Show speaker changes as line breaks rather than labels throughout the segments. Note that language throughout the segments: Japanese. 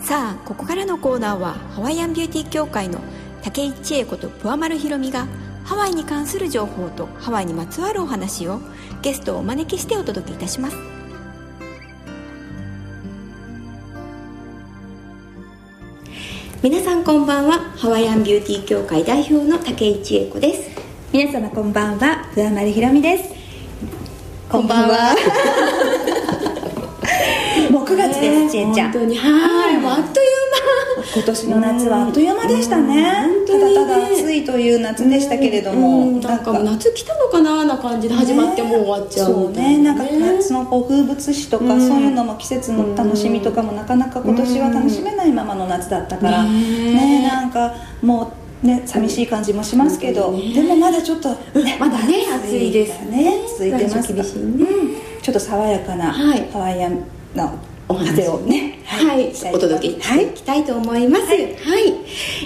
さあここからのコーナーはハワイアンビューティー協会の竹井千恵子とプアマルひろみがハワイに関する情報とハワイにまつわるお話をゲストをお招きしてお届けいたします皆さんこんばんはハワイアンビューティー協会代表の竹井千恵子です
皆様こんばんはふわまるひろみです
こんばんは
もう9月です、ちえちゃん
本当にはいもうあっという間
今年の夏はあっという間でしたね
うん
ただただ
本当にね
暑いという夏でしたけれども、
うんなんかもう夏来たのかなな感じで始まってもう終わっちゃう
そう
みたい
ねなんか
ね
夏のこう風物詩とか、
うん
そういうのも季節の楽しみとかもなかなか今年は楽しめないままの夏だったから、
ね
ねなんかもうね寂しい感じもしますけど、でもまだちょっと、ね
まだね暑いです
からね続いてま
残
す
暑
が
厳しいね
うん、ちょっと爽やかな、
はい
ハワイアンの
お話
風をね
はい、
した
お
と
届け
はい
していきたいと思います。はい、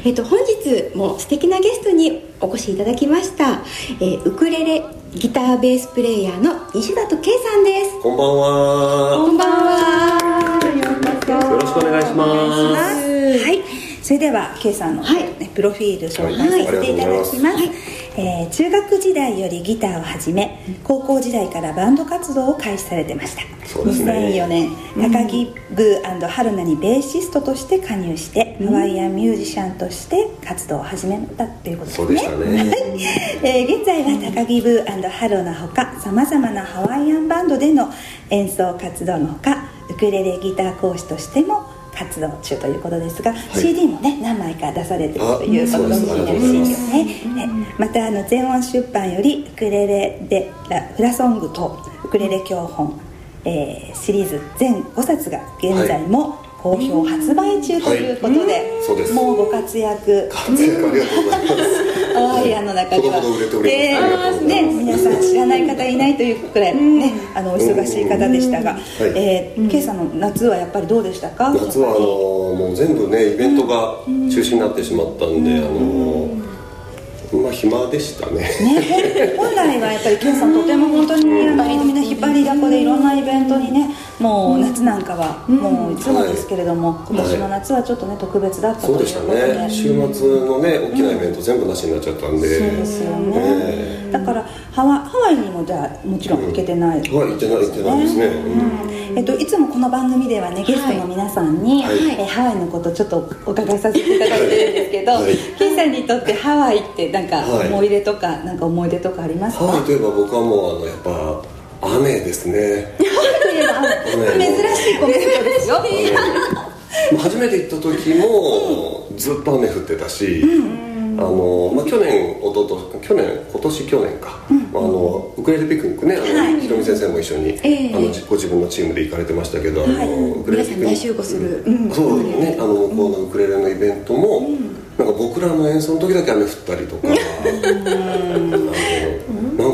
えっ、と本日も素敵なゲストにお越しいただきました。えーウクレレギターベースプレイヤーの西里圭さんです。
こんばんは。
こんばんは。
よろしくお願いしま
はい、それでは K さんの、ね
はい
プロフィール紹介させていただきます,、
はい
えー中学時代よりギターを始め高校時代からバンド活動を開始されてました、
そうですね
2004年高木グー春菜にベーシストとして加入して、ハワイアンミュージシャンとして活動を始めたということ
す。
です
そうでしたね。
えー現在は高木ブーハローのほかさまざまなハワイアンバンドでの演奏活動のほかウクレレギター講師としても活動中ということですが、CD もね何枚か出されているということにな
あそうですありがと
り
う
ま
ございます
ねねまたあの全音出版よりウクレレでラフラソングとウクレレ教本、えーシリーズ全5冊が現在も好評発売中ということで、
いそうです
もうご活躍
活躍ありがとうございます。
ハワイアンの中では
ほどほど売れておりますありがとうござ
ね
います
皆さん知らない方いないというくらいね、あのお忙しい方でしたが、
うんはい
えー、ケイさんの夏はやっぱりどうでしたか
夏はあのもう全部ねイベントが中止になってしまったんで、あのまあ暇でしたね。
ね、本来はやっぱりケンさんとても本当にあのみんな引っ張りだこでいろんなイベントにねもう夏なんかはもういつもですけれども、今年の夏はちょっとね特別だったとい
そうう
こ
で
と
し
で
たね。週末のね大きなイベント全部なしになっちゃったんで。
そうですよね、
ね
だからハワハワイにもじゃあもちろん行けてない、
はい行ってない行ってないですね。うん
えっと、いつもこの番組ではねゲストの皆さんに、
はい
えーハワイのことちょっとお伺いさせていただいてるんですけど、
はい
金さんにとってハワイってなんか
はい
思い出とか、なんか思い出とかありますか、
ハワイといえば僕はもうあのやっぱ雨ですね。
珍しいコメントですよ
まあ初めて行った時もずっと雨降ってたし、あのまあ、去年おとと去年今年去年か、まあ、あのウクレレピクニックねあの、ひろみ先生も一緒に、
ええ
あのご自分のチームで行かれてましたけど、あのウク
皆
レレ
さ
ピ
ん
クニ
大
ッ
集合する。
ク、そうねあの向こうのウクレレのイベントも、なんか僕らの演奏の時だけ雨降ったりとか、あのなん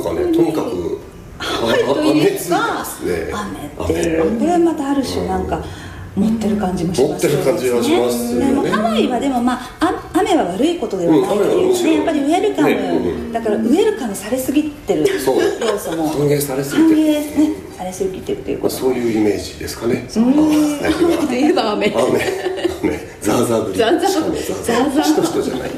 かねとにかくあ
と
雨
い
ついて
うか
ますね
雨っていうこれはまたある種なんか持ってる感じもしますよね
持ってる感じはしますよね
でもハワイはでもまああ雨は悪いことではないというかね、
うん雨は
やっぱりウェルカム、
ねうん
だからウェルカムされすぎてる
そう
要素も
歓迎されす
歓
ぎ
迎
てる
ねされすぎてるという
ま
こ
あ、
と
そういうイメージですかね。はい
といえば雨。
雨雨ザーザー降り
ザーザー
しかもザー
ザーザー
ザーしとしとじゃない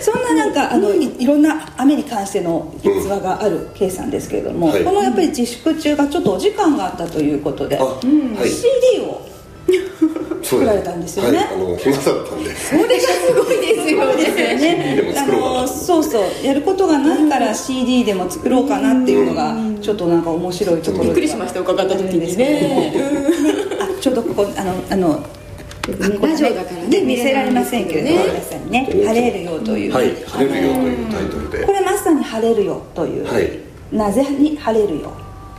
そんななんかあのいいろんな雨に関しての逸話がある K さんですけれども、
はい
このやっぱり自粛中がちょっとお時間があったということで、
あはい
CD を
そ
作
う
られたんですよね
はい、あの暇だったん
こ
で
れがすごいですよね。
ね
CD でも
あ
作ろうかな
のそうそうやることがないから CD でも作ろうかなっていうのがちょっとなんか面白いところ
びっくりしました伺った時にね。
あちょうどここあのあの
ラジオだからね
で見せられませんけれども
はい
皆さんね「晴れるよ」という、
はい「晴れるよ」というタイトルで、
これまさに「晴れるよ」という、
はい
なぜに「晴れるよ」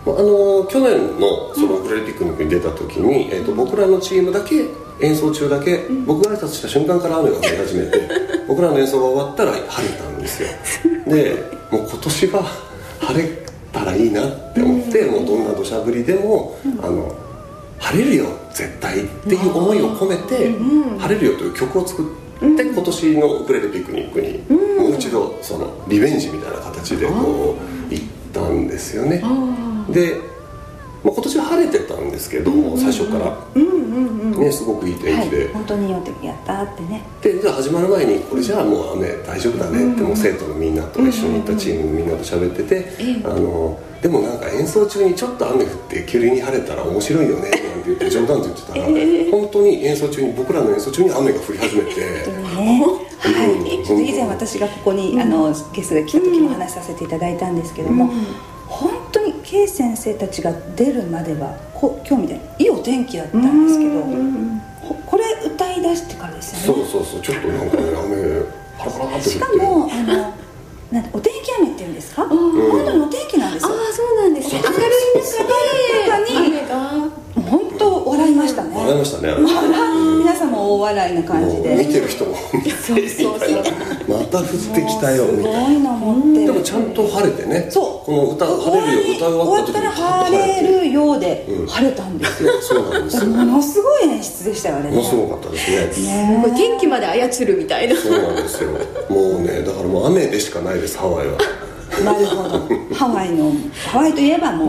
まあ、あの去年のそのウクレレピクニックに出た時に、えー、と僕らのチームだけ演奏中だけ、僕が挨拶した瞬間から雨が降り始め て僕らの演奏が終わったら晴れたんですよでもう今年は晴れたらいいなって思って、もうどんな土砂降りでも、あの晴れるよ絶対っていう思いを込めて「晴れるよ」という曲を作って。今年のウクレレピクニックにもう一度そのリベンジみたいな形でこう行ったんですよね。でまあ、今年は晴れてたんですけど、最初から、
うんうんうん
ね、すごくいい天気で、
はい、本当によってやったってね
でじゃあ始まる前にこれじゃあもう雨大丈夫だねってもう生徒のみんなと一緒に行ったチームのみんなと喋ってて、あのでもなんか演奏中にちょっと雨降って急に晴れたら面白いよねなんて言って冗談で言ってたら、本当に演奏中に僕らの演奏中に雨が降り始めて。
本当にね、は
うん
い、ちょっと以前私がここに、あのゲストで来た時もお話しさせていただいたんですけども、本当に K 先生たちが出るまではこ今日みたいにいいお天気だったんですけど、ここれ歌い出してからです
そ
よね
うそうそうちょっとなんかね雨パラパラって
し
降
か
って
もあのなんてお天気雨っていうんですか、本当にお天気なんです
ああ
よ
そうなんですね明るい中で雨が
もう本当笑いましたね、
笑いましたね、
皆様大笑いな感じ
もう見
で
てる人も
そうそうそう
また降ってきたよ
す
みたいな
ごいの持ってる
でもちゃんと晴れてね
そう
この歌晴れるよ歌
終
う
わ
終わ
っ
っ
た
た時
ら
にちゃん
晴
と晴れて
れるようで
うん
晴れたんですよ、
そうなんですよ
ものすごい演出でしたよね
ものすごかったですね
もう天気まで操るみたいな
そうなんですよもうねだからもう雨でしかないですハワイは
なるほ どハワイのハワイといえばもう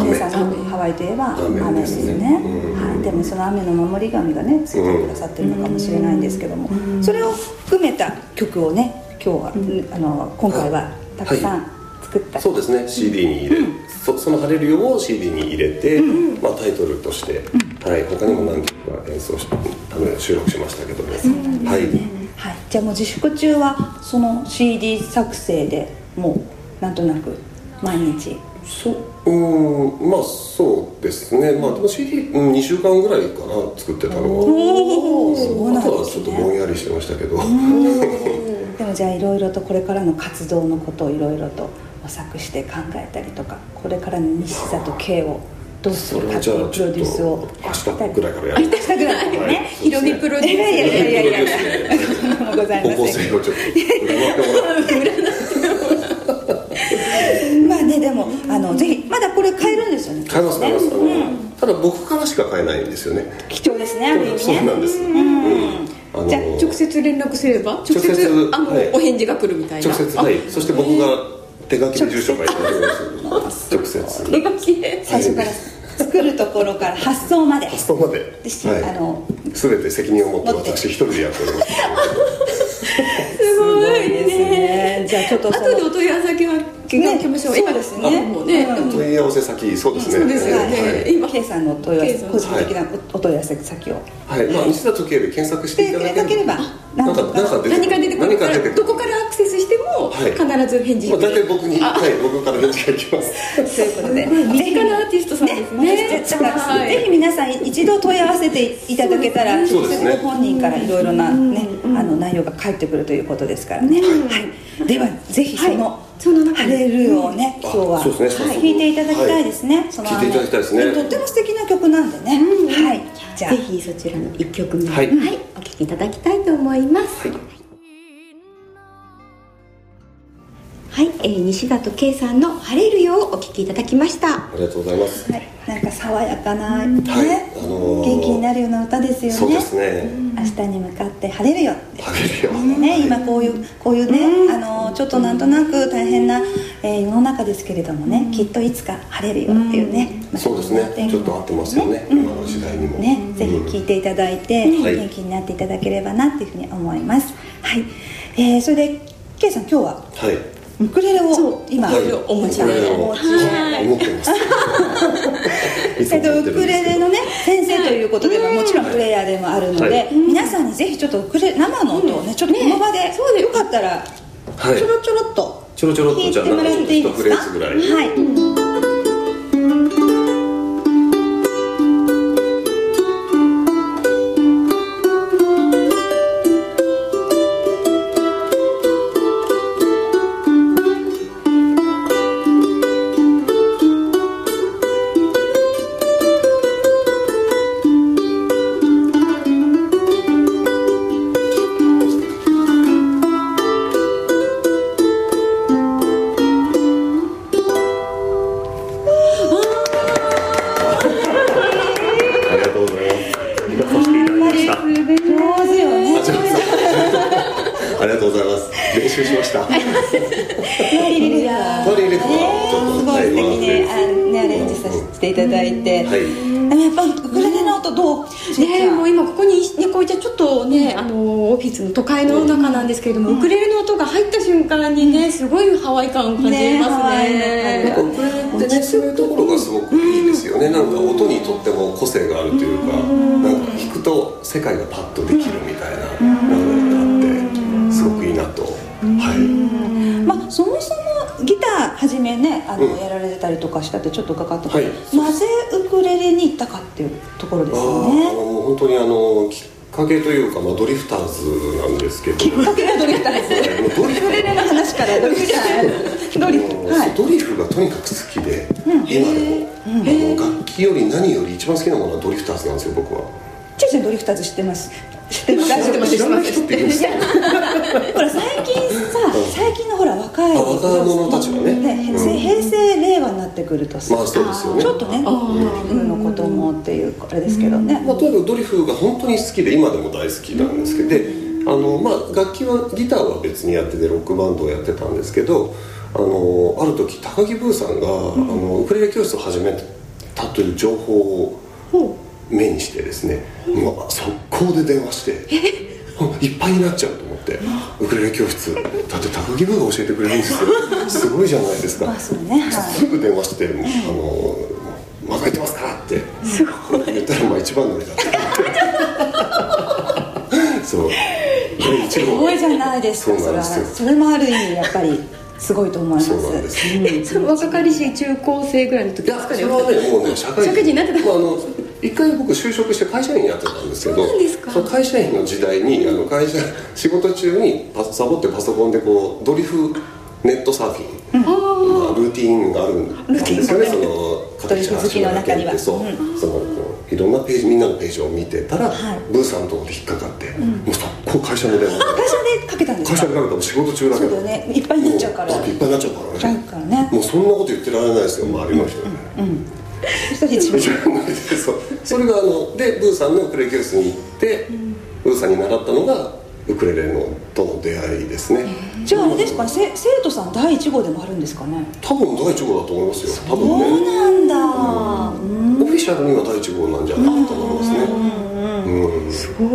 雨
皆さんのハワイといえば
雨
雨ですね
ですね
はい、でもその雨の守り神がねついてくださってるのかもしれないんですけども、それを含めた曲をね今日は、あの今回はたくさん作った、
そうですね CD に入れ、そその「晴れるよ」を CD に入れて、まあ、タイトルとして、はい、他にも何曲か演奏しあの収録しましたけども、はい、
はい、じゃあもう自粛中はその CD 作成でもうなんとなく毎日
そううんまあそうですねまあでも CD2、うん二週間ぐらいかな作ってたのは
おおそうな
あ
んで
とはち
す
ょっと
ね
ぼんやりしてましたけど、
でもじゃあいろいろとこれからの活動のことをいろいろと模索して考えたりとかこれからの西里圭をどうす
そ
る
れ
か
は
って
じゃ
い
あ
うプ
ちょ
ロ
っ
デ
と
ュースを
明日ぐらいからや
明
る
日ぐらいからね
はい
ヒロミプロデュ
い
ー
やいやいやいやいやそんなことござい
高
ま
校
せん
生をちょっと占ってもらう
まあねでもあのぜひまだこれ買えるんですよね
買います買います、あの
うん
ただ僕からしか買えないんですよね
貴重ですねある意味ね
そうなんです、うんあの
じゃあ直
ス直接連絡すれば直接
直接
あの、
はい
お返事が来るみたいな
直接
あ
はいそして僕が手書きで住所がいただきます直接
手書きで
最初から作るところから発想まで
そこまで、
でしあの
全て責任を持って
持って
私一人でやっております
すごい
ですねじゃあちょっとその
後でお問い合わせ先は聞きましょう、
ね
今ですね
あ
もうね、
うん
問い合わせ先そうですね
そうですよね
はい
今
K さんのお問い合わせ
K さん
個人的なお問い合わせ先を
はい、まあ、西田時計で検索していただ
で
ければ
検索
なんか
すれば
なんか出
何
て
か出てく
何
る
か
か
出て
ら
く
どこからアクセスしても
はい
必ず返事
まあ、
が来
大
る
体僕に、はい、僕から返事が来ます
ということで
身近なアーティストさんですね
だから
はい
ぜひ皆さん一度問い合わせていただけたら直接
そうですね
ご本人からいろいろな、ねあの内容が返ってくるということですからね、はい、ではぜひその、
はいその中
ハ
で
レルーをね、今日は、
そうですね
はい聴いていただきたいですね、その
聴いていただきたいですね
あのとっても素敵な曲なんでね、はいじゃあ
ぜひそちらの一曲目、
は
はいいお聴きいただきたいと思いますはい、えー西里圭さんの「晴れるよ」をお聴きいただきました
ありがとうございます
はい、なんか爽やかな、ね、
はいあのー
元気になるような歌ですよね
そうですね
明日に向かって晴れるよって
晴れるよ
ね、今こういうこういうね、あのちょっとなんとなく大変な、えー世の中ですけれどもね、きっといつか晴れるよっていうね、まあ
そうですね
天
ち
気
ょっと合ってますよね今の時代にも
ね、ぜひ聞いていただいて、
はい
元気になっていただければなっていうふうに思いますはい、えー、それで K さん今日は
はい
ウクレレ
そう
を今
いろいろお持ちで
は
はいい
お持ちで
はい思ってます いつ
え
も
っと、
思
ウ
って
ク
るんです
レ
けど
レのね先生ということで、まあもちろんプレイヤーでもあるので、
はい
皆さんにぜひちょっとウクレレ生の音をね、ちょっとこの場で、そうでよかったら
はい
ちょろちょろっと
ちょろちょろっ
弾
と
いて
じゃあ
もらっていいで
一
す
フレ
か
ーズぐらい
はい
ありがとうございます。させていただきました。
上手よね
ありがとうございます。練習しました。
いや
パリレコ
ね
ちょっと
すごい素敵に
はい
あねアレンジさせていただいて、
はい
でもやっぱりウクレレの音どう、
ね、もう今ここにねこういったちょっとね、あのオフィスの都会の中なんですけれども、ウクレレの音が入った瞬間にねすごいハワイ感を感じますね
ねハワイの
なんかウクレレってねそういうところがすごくいいですよねなんか音にとっても個性があるというかなんか弾くと世界がパッとできるみたいなものがあってすごくいいなとはい
まあ、そもそもギターはじめねあの、
うん
やられてたりとかしたってちょっと伺ったけど、
はい
なぜウクレレに行ったかっていうところです
あー
よ
あの
ね
もう本当にあのきっかけというか、まあ、ドリフターズなんですけどきっかけがドリフターズドリフ
ウクレレの話からドリフドリフ
は、
はい
ドリフがとにかく好きで、今でも、あの楽器より何より一番好きなものはドリフターズなんですよ僕は
ちいちゃんドリフターズ知ってます知ってます
知ってます
知らない人っているんですよ
ほら最近さ最近のほら若い
あ若者たちはねうん
平成令和になってくるとさ、
まあそうですよね
ちょっとねドリフのこともっていうあれですけどね、
まあ、とにかくドリフが本当に好きで今でも大好きなんですけどであの、まあ、楽器はギターは別にやっててロックバンドをやってたんですけどあのある時高木ブーさんが、あのウクレレ教室を始めたという情報を目にしてですね、もう速攻で電話して。いっぱいになっちゃうと思ってウクレレ教室だって高木ブーが教えてくれるんですよすごいじゃないですか
まあそうねはい
すぐ電話して「もうあのもうまだやってますから」って言ったらまあ一番乗りだっ たそう第一
す
号
ごいじゃないですか
そう
れ
なんで
は
すよ
それもある意味やっぱりすごいと思います
そうなんです
うん
その若かりし中高生ぐらいの時
い
で
や
す
そ
かね
れはねもうね社会
社会人になってた
まあ、あの一回僕就職して会社員やってたんですけど
そうなんですか
その会社員の時代にあの会社仕事中にパサボってパソコンでこうドリフネットサーフィン、まあ、ルーティーンがあるんですよねその
ドリフ好きの中には
形が違うだけでそう、そのこういろんなページみんなのページを見てたら、
はい
ブーさんのところで引っかかって、もう速攻会社の電話で
会社でかけたんです
会
か
社でかけたら仕事中だけど
そうだよねいっぱいになっちゃうから
もだっていっぱいになっちゃうから
なんかね
もうそんなこと言ってられないですよ周りの人に、
そしたら一番
そう それがあのでブーさんのウクレレ教室に行って、ブーさんに習ったのがウクレレのとの出会いですね、
じゃああれですかせ生徒さん第1号でもあるんですかね
多分第1号だと思いますよ多
そ
分ね
うなんだ、
オフィシャルには第1号なんじゃないかと思いますねうん
すご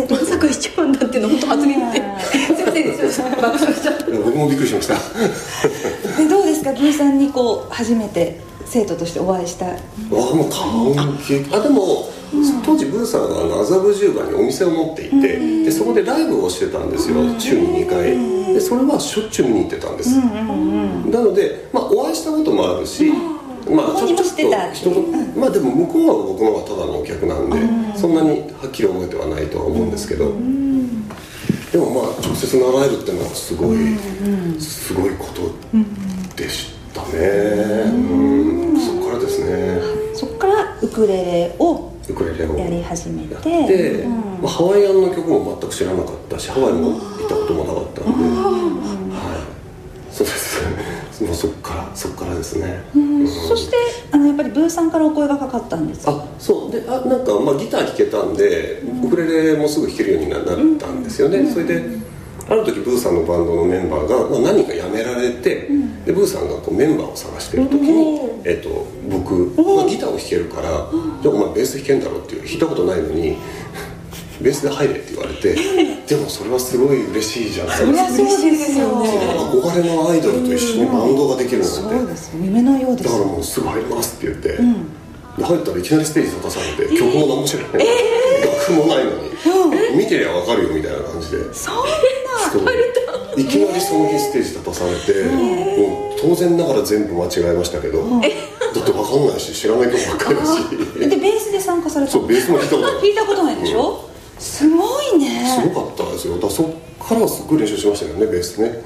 い
で
まさかしちゃうんだっていうの本当初めてすいませんでした 爆笑しちゃった
いや僕もびっくりしました
でどうですか文さんにこう初めて生徒としてお会いした
わあもう感激あでも、当時ブーさんは麻布十番にお店を持っていて、でそこでライブをしてたんですよ週に2回でそれはしょっちゅう見に行ってたんです、なので、まあ、お会いしたこともあるし、まあ
本人も知ってたっていう
人のまあでも向こうは僕のはただのお客なんで、そんなにはっきり覚えてはないとは思うんですけど、でもまあ直接習えるってのはすごい、すごいことでしたね、うんそこからですね
そこからウクレレを
ウクレレを
やり始めて
やって、
うん
まあ、ハワイアンの曲も全く知らなかったしハワイも行ったこともなかったんで、はい、そうです もうそっからそっからですね、うん
そしてあのやっぱりブーさんからお声がかかったんです
あそうであなんか、まあ、ギター弾けたんで、ウクレレもすぐ弾けるようになったんですよね、それである時ブーさんのバンドのメンバーが、まあ、何か辞められて、でブーさんがこうメンバーを探してる時に、えっと、僕がギターを弾けるから「じゃあお前ベース弾けんだろ」っていう弾いたことないのに 「ベースで入れ」って言われてでもそれはすごい嬉しいじゃないですか
そうですよ
憧れのアイドルと一緒にバンドができるなんて、
そうですよ夢のようで
だ
す
からもうすぐ入りますって言って、で入ったらいきなりステージ立たされて、曲も何も知らない、楽譜もないのに、見てりゃ分かるよみたいな感じで
そ
そういきなりその日ステージ立たされて、もう当然ながら全部間違えましたけど、だって分かんないし知らない曲ばっかりだ
うなん
し
だでベースで参加された
そうベースも弾いた ことない
聞いたことないでしょ、すごいね
すごかったですよだからそっからはすっごい練習しましたけどねベースね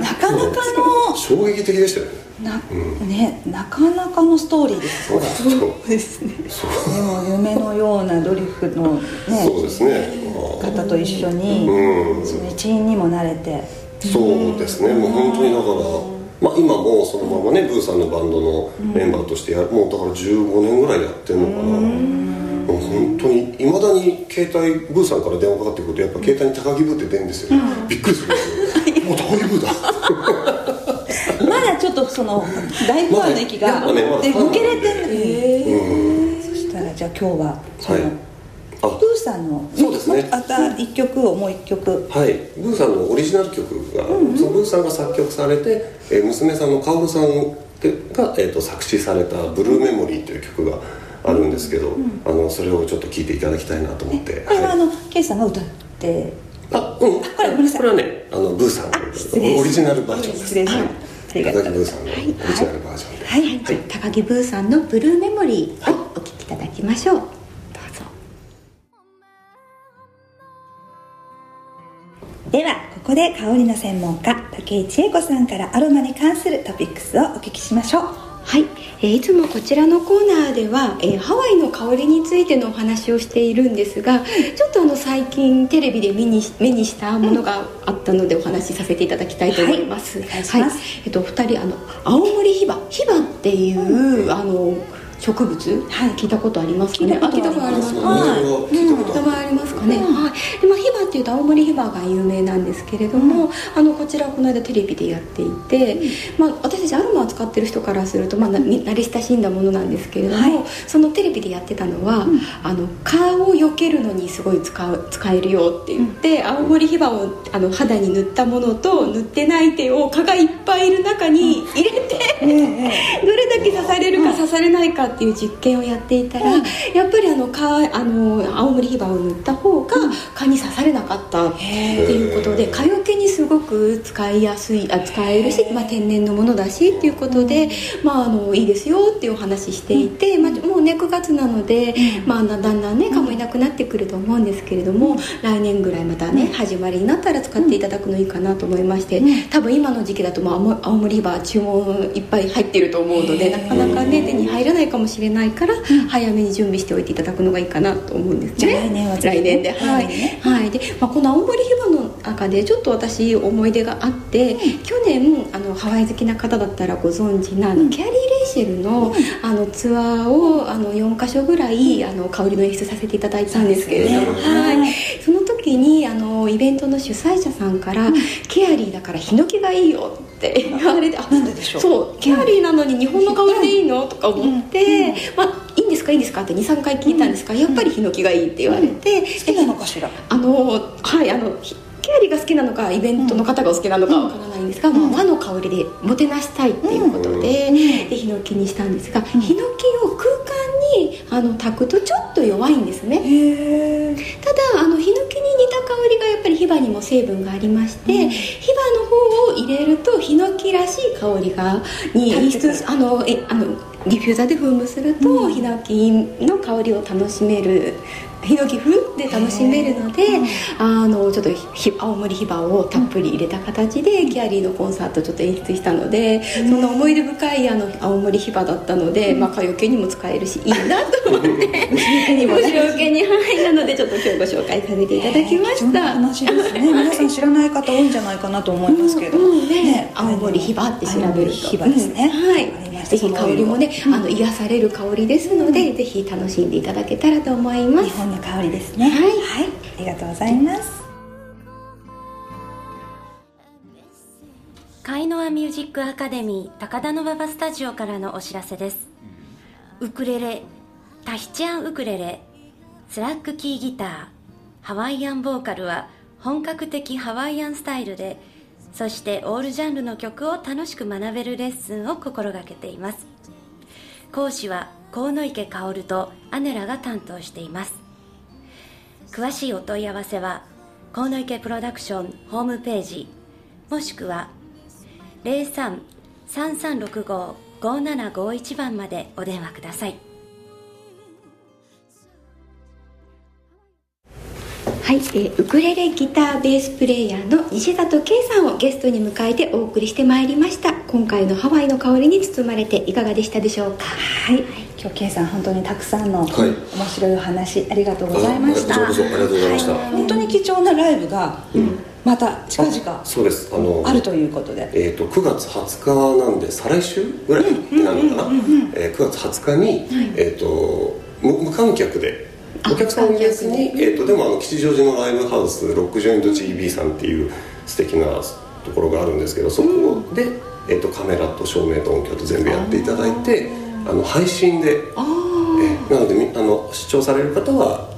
なかなか
衝撃的でしたよね
のな,、ね、なかなかのストーリーです
そう
ですね
でも夢のようなドリフの、ね、
そうですねまあ
方と一緒に、
うん
その一員にもなれて
そうですねもう本当にだから、まあ、今もそのままねブーさんのバンドのメンバーとしてやもうだから15年ぐらいやってるのかなもう本当にいまだに携帯ブーさんから電話かかってくるとやっぱ携帯に高木ブーって出るんですよ、びっくりするんですよもう高木ブーだ
前だちょっとその大不安の息が
まだねまだ
で抜けれてる
うん
そしたらじゃあ今日はその、
はいあ
プーさんの
そうですね
もまた一曲をもう一曲
はい、ブーさんのオリジナル曲が、そのブーさんが作曲されて、えー娘さんのカオルさんが、えー、と作詞された「ブルーメモリー」という曲があるんですけど、あのそれをちょっと聴いていただきたいなと思って、
これはあ
はい
の、ケイさんが歌って
あうんこ
れごめんなさい
はねあのブーさん
失礼
のオリジナルバージョンです
失礼しまし
はい
たありがと
高
う
木ブーさんのオリジナルバージョンで、
はい、じゃあ高木ブーさんの「ブルーメモリー」をお聴きいただきましょう、どうぞ
ではここで香りの専門家竹井千恵子さんからアロマに関するトピックスをお聞きしましょう
はい、えーいつもこちらのコーナーでは、えーハワイの香りについてのお話をしているんですがちょっとあの最近テレビで目にし目にしたものがあったのでお話しさせていただきたいと思います、
はいお願いします
えっと、お二人あの青森ヒバヒバっていう、あの植物、聞いたことありますかね
聞いたことあります
あ聞いたことありますか
その名前は聞いたこと
名
ある、
前ありますかね、はいでまあヒバっていうと青森ヒバが有名なんですけれども、あのこちらこの間テレビでやっていて、まあ、私たちアロマを使ってる人からすると、まあ、な慣れ親しんだものなんですけれども、そのテレビでやってたのは、あの蚊を避けるのにすごい使う使えるよって言って、青森ヒバをあの肌に塗ったものと塗ってない手を蚊がいっぱいいる中に入れて、どれだけ刺されるか刺されないかっていう実験をやっていたら、やっぱりあの蚊あの青森ヒバを塗った方が蚊に刺されなかったっていうことで蚊よけにすごく使いやすいあ使えるし、まあ、天然のものだしっていうことで、まあ、あのいいですよっていうお話ししていて、まあ、もうね9月なので、まあ、だんだんね蚊もいなくなってくると思うんですけれども、来年ぐらいまたね始まりになったら使っていただくのいいかなと思いまして、多分今の時期だと、まあ青、青森バー注文いっぱい入ってると思うのでなかなかね手に入らないかもしれないから、早めに準備しておいていただくのがいいかなと思うんですね
じゃあ来年はぜひ
来年ではい、
来年ね
はいでまあ、この青森ヒバの中でちょっと私思い出があって、去年あのハワイ好きな方だったらご存知な、キャリー・レイシェルの,、あのツアーをあの4か所ぐらい、あの香りの演出させていただいたんですけれども、
そうです
ね
はい、その時にあのイベントの主催者さんから、ケアリーだからヒノキがいいよって言われて、あ
なんででしょう
そうケアリーなのに日本の香りでいいのとか思って、まあいいんですかいいんですかって23回聞いたんですが、やっぱりヒノキがいいって言われて、
好きなのかしら
あのはいあのひケアリーが好きなのかイベントの方がお好きなのかわからないんですが、まあ、和の香りでもてなしたいっていうことで,、でヒノキにしたんですが、ヒノキを空間にあの炊くとちょっと弱いんですね
へえ
ただあのヒノキに似た香りがやっぱりヒバにも成分がありまして、ヒバの方を入れるとヒノキらしい香りがに
立ってくる
あのえあのディフューザーで噴霧すると、ヒノキの香りを楽しめるヒノキ風で楽しめるので、あのちょっとひ青森ヒバをたっぷり入れた形で、キャリーのコンサートをちょっと演出したので、その思い出深いあの青森ヒバだったので、まあ蚊よけにも使えるしいいなと思って。面白受けにはいなのでちょっと今日ご紹介させていただきま
貴重
し
な
た、
話ですね皆さん知らない方多いんじゃないかなと思いますけど、
うんうんね青森ヒバって調べると
ヒバですね、
うんは
わかりま
い
した
ぜひ香りもね、あの癒される香りですので、ぜひ楽しんでいただけたらと思いま
日
す
本の香りです
は
ね
い
はい、ありがとうございます
カイノアミュージックアカデミー高田の馬場スタジオからのお知らせです。ウクレレ、タヒチアンウクレレ、スラックキーギター、ハワイアンボーカルは本格的ハワイアンスタイルで、そしてオールジャンルの曲を楽しく学べるレッスンを心がけています。講師は河池薫とアネラが担当しています。詳しいお問い合わせは河野池プロダクションホームページもしくは03-3365-5751番までお電話ください
はい、えーウクレレギターベースプレイヤーの西里圭さんをゲストに迎えてお送りしてまいりました今回のハワイの香りに包まれていかがでしたでしょうか
はい今日 K さん本当にたくさんの
はい
面白いお話ありがとうございました、
あこちらこそありがとうございました
は本当に貴重なライブがまた近々
あそうですあの
あるということで
えー、と9月20日なんで再来週ぐらいになるのかな、えー9月20日に、えー、と無無観客でお客さんを入れずに、えー、とでもあの吉祥寺のライブハウスロックジョイント GB さんっていう素敵なところがあるんですけどそこで、えっとカメラと照明と音響と全部やっていただいてあの配信でえなのでみあの視聴される方は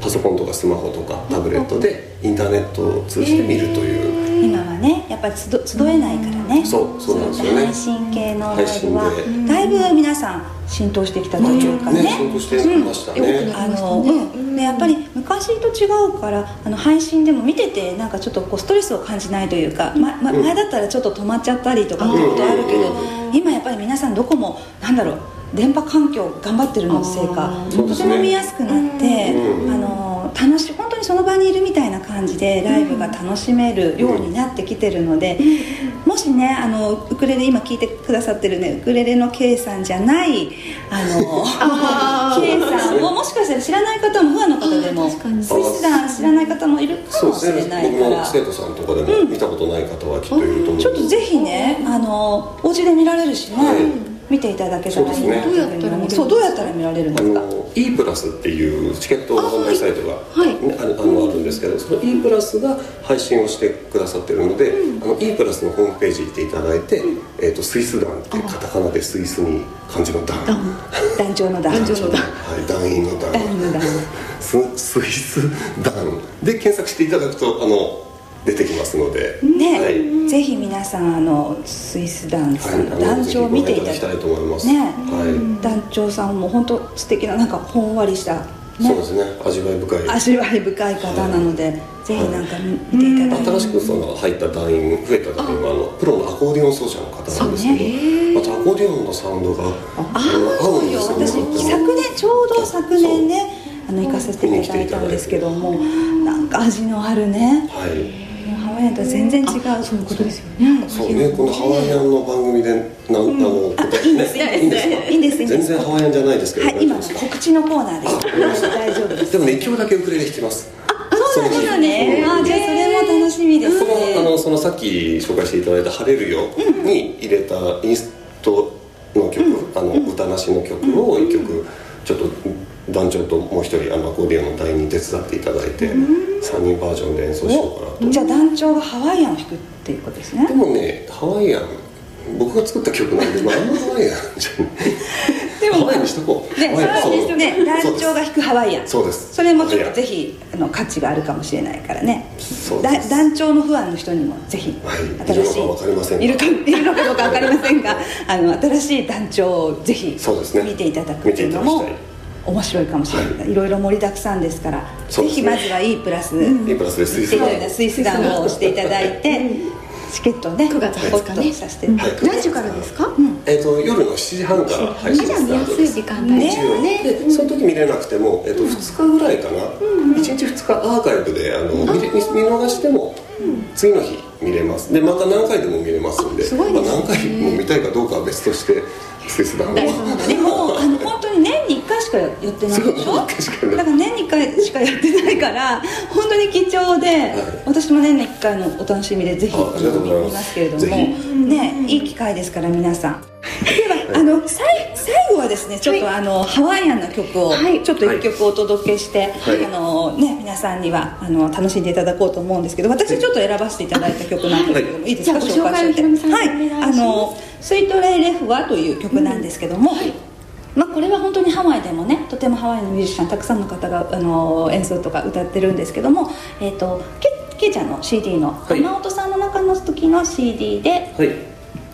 パソコンとかスマホとかタブレットでインターネットを通じて見るという、
今はねやっぱり集集えないからね、
そうそうなんですよね
配信系のライブは
配信
だいぶ皆さん浸透してきたというかね,、
ね進行してましたね、
あのうん、でやっぱり昔と違うからあの配信でも見ててなんかちょっとこうストレスを感じないというか、まま、前だったらちょっと止まっちゃったりとかってことあるけど、今やっぱり皆さんどこもなんだろう電波環境頑張ってるのせいか、
そうで
と
す
て
ね
も見やすくなって、
うん
あの楽しい本当にその場にいるみたいな感じでライブが楽しめるようになってきてるので、もしねあのウクレレ今聴いてくださってるねウクレレの K さんじゃないあの K さんももしかしたら知らない方もファンの方でも
確かに
スイスダン知らない方もいるか
そう
も
で
しれ
す
な
ね
い
僕
か
も
ら。
生徒さんとかでも見たことない方はきっといると思うんで
ちょっとぜひね、あのお家で見られるしね、見ていただけたらいいなと
そう
い
で
うふうに思いますそうどうやったら見られるんで
あ
すか
の E プラスっていうチケットオンラインサイトがねあのあのあるんですけどその E プラスが配信をしてくださってるので、あの E プラスのホームページ行っていただいて、えー、とスイス団ってカタカナでスイスに漢字の団
団長の団
はい、団員の団ススイス団で検索していただくとあの出てきますので、
ね、
はい
ぜひ皆さんあのスイスダンス、
はいあの
団長を見ていただ
ぜひご覧いただきたいと思います
ね、
は
団長さんも本当素敵ななんかほんわりした、
そう
ね
で、すね味わい深い
味わい深い方なので、ぜひなんか見ていただいて、
新しくその入った団員増えた団員はあのプロのアコーディオン奏者の方なんですけど、またアコーディオンのサウンドがあの合うんですよね
私
とても
昨年ちょうど昨年ねあの行かせていただいたんですけどもなんか味のあるね
はい
もうハワイアンとは全然違うそういうことですよね
そうねこのハワイアンの番組でなん、あのいいんですいいんですか
いいんですいいんで
全
す
然ハワイアンじゃないですけど、
はい
大丈
今
夫ですか
告知のコーナーです大丈夫です
でもね一曲だけウクレレ弾きます
そうなんだねあーじゃあそれも楽しみです
そのあ
ね
のそのさっき紹介していただいた「晴れるよ」に入れたインストの曲、あの歌なしの曲を1曲ちょっと団長ともう一人あのアコーディオンの代に手伝っていただいて3人バージョンで演奏しようかなと
おじゃあ団長がハワイアンを弾くっていうことですね
でもねハワイアン僕が作った曲なんで、まあ、あんまハワイアンじゃない
でも
ハワイにしとこう
ね
ハワイアン
そうですよね団長が弾くハワイアン
そうです
それもちょっ
ハワイア
とぜ
ン
ひあの価値があるかもしれないからね
そう
だ
です
団長のファンの人にもぜひ
はい
新し
いるのかわかりません
い
が
いるかいるのかどうかわかりませんがあの新しい団長をぜひ
そうですね
見ていただくっていうの
見
も
ていただき
面白いかもしれない、、
はい
ろいろ盛りだくさんですから
そう
ぜ
です
ひ
ね
まずは E プラス、
いいプラスでスイス
い
だ
ろいろなスイスダンをしていただいてチケットをね9月
20日ね
させて、
はい
何時からですか、うん、
えっと夜の7時半から配
ま
信
だ
スタ
見や
ート
す
で
い
す
時間帯です
一応
よね
でその時見れなくても、えっと、2日ぐらいかな、一1日2日アーカイブであの見れ見見逃しても、次の日見れますでまた何回でも見れますんでまあ、何回も見たいかどうかは別として切断を
でもあの本当に年に1回しかやってないでし
そ
ょ
う
だ
年に一回しかやっ
から年に1回しかや
てない
ってないから本当に貴重で、私も年に1回のお楽しみでぜひ
あありがとうございます
見ますけれども
ぜ
ねいい機会ですから皆さんではあのさい最後はですねちょっとあのハワイアンな曲を
はい
ちょっと1曲お届けして
はい
あのね皆さんにはあの楽しんでいただこうと思うんですけど私ちょっと選ばせていただいた曲なんですけどもいいですか
じゃあご紹介を
し
ひ
ちゃって
ろみさん
はい
お願いします
あの「スイートレイレフは」という曲なんですけども、まあ、これは本当にハワイでもねとてもハワイのミュージシャンたくさんの方があの演奏とか歌ってるんですけども、えー、とケケイちゃんの CD の
い
山本さんの中の時の CD で
はい、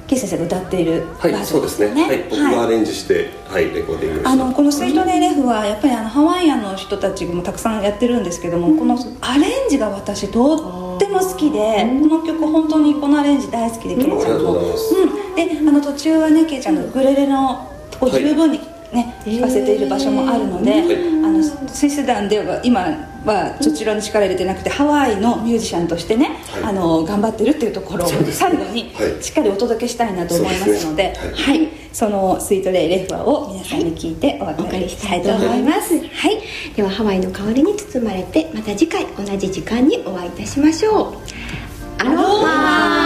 ケイ先生が歌っているバ
は
ージョン、
い、そうですねはい、僕がアレンジして、はいレコーディングし
あ
た
のこの「スイートネイレフ」はやっぱりあのハワイアンの人たちもたくさんやってるんですけども、このアレンジが私とっても好きで、この曲本当にこのアレンジ大好きで、ケイちゃんも
ありがとうございます
うん、であの途中はねケイちゃんのウクレレのとこ
はい
十分にね、弾かせている場所もあるので、あのスイス団では今はそちらに力入れてなくてハワイのミュージシャンとしてね、
はい
あの頑張ってるっていうところを
そうですね
最後に
はい
しっかりお届けしたいなと思いますので
そうですねはい
はい、そのスイートレイレフアを皆さんに聞いてお
お
別
借
れ
り
し
したた
い
い
と
と
思
思
い
い
ま。
ますす、はい、ではハワイの香りに包まれてまた次回同じ時間にお会いいたしましょうアロハ
oh,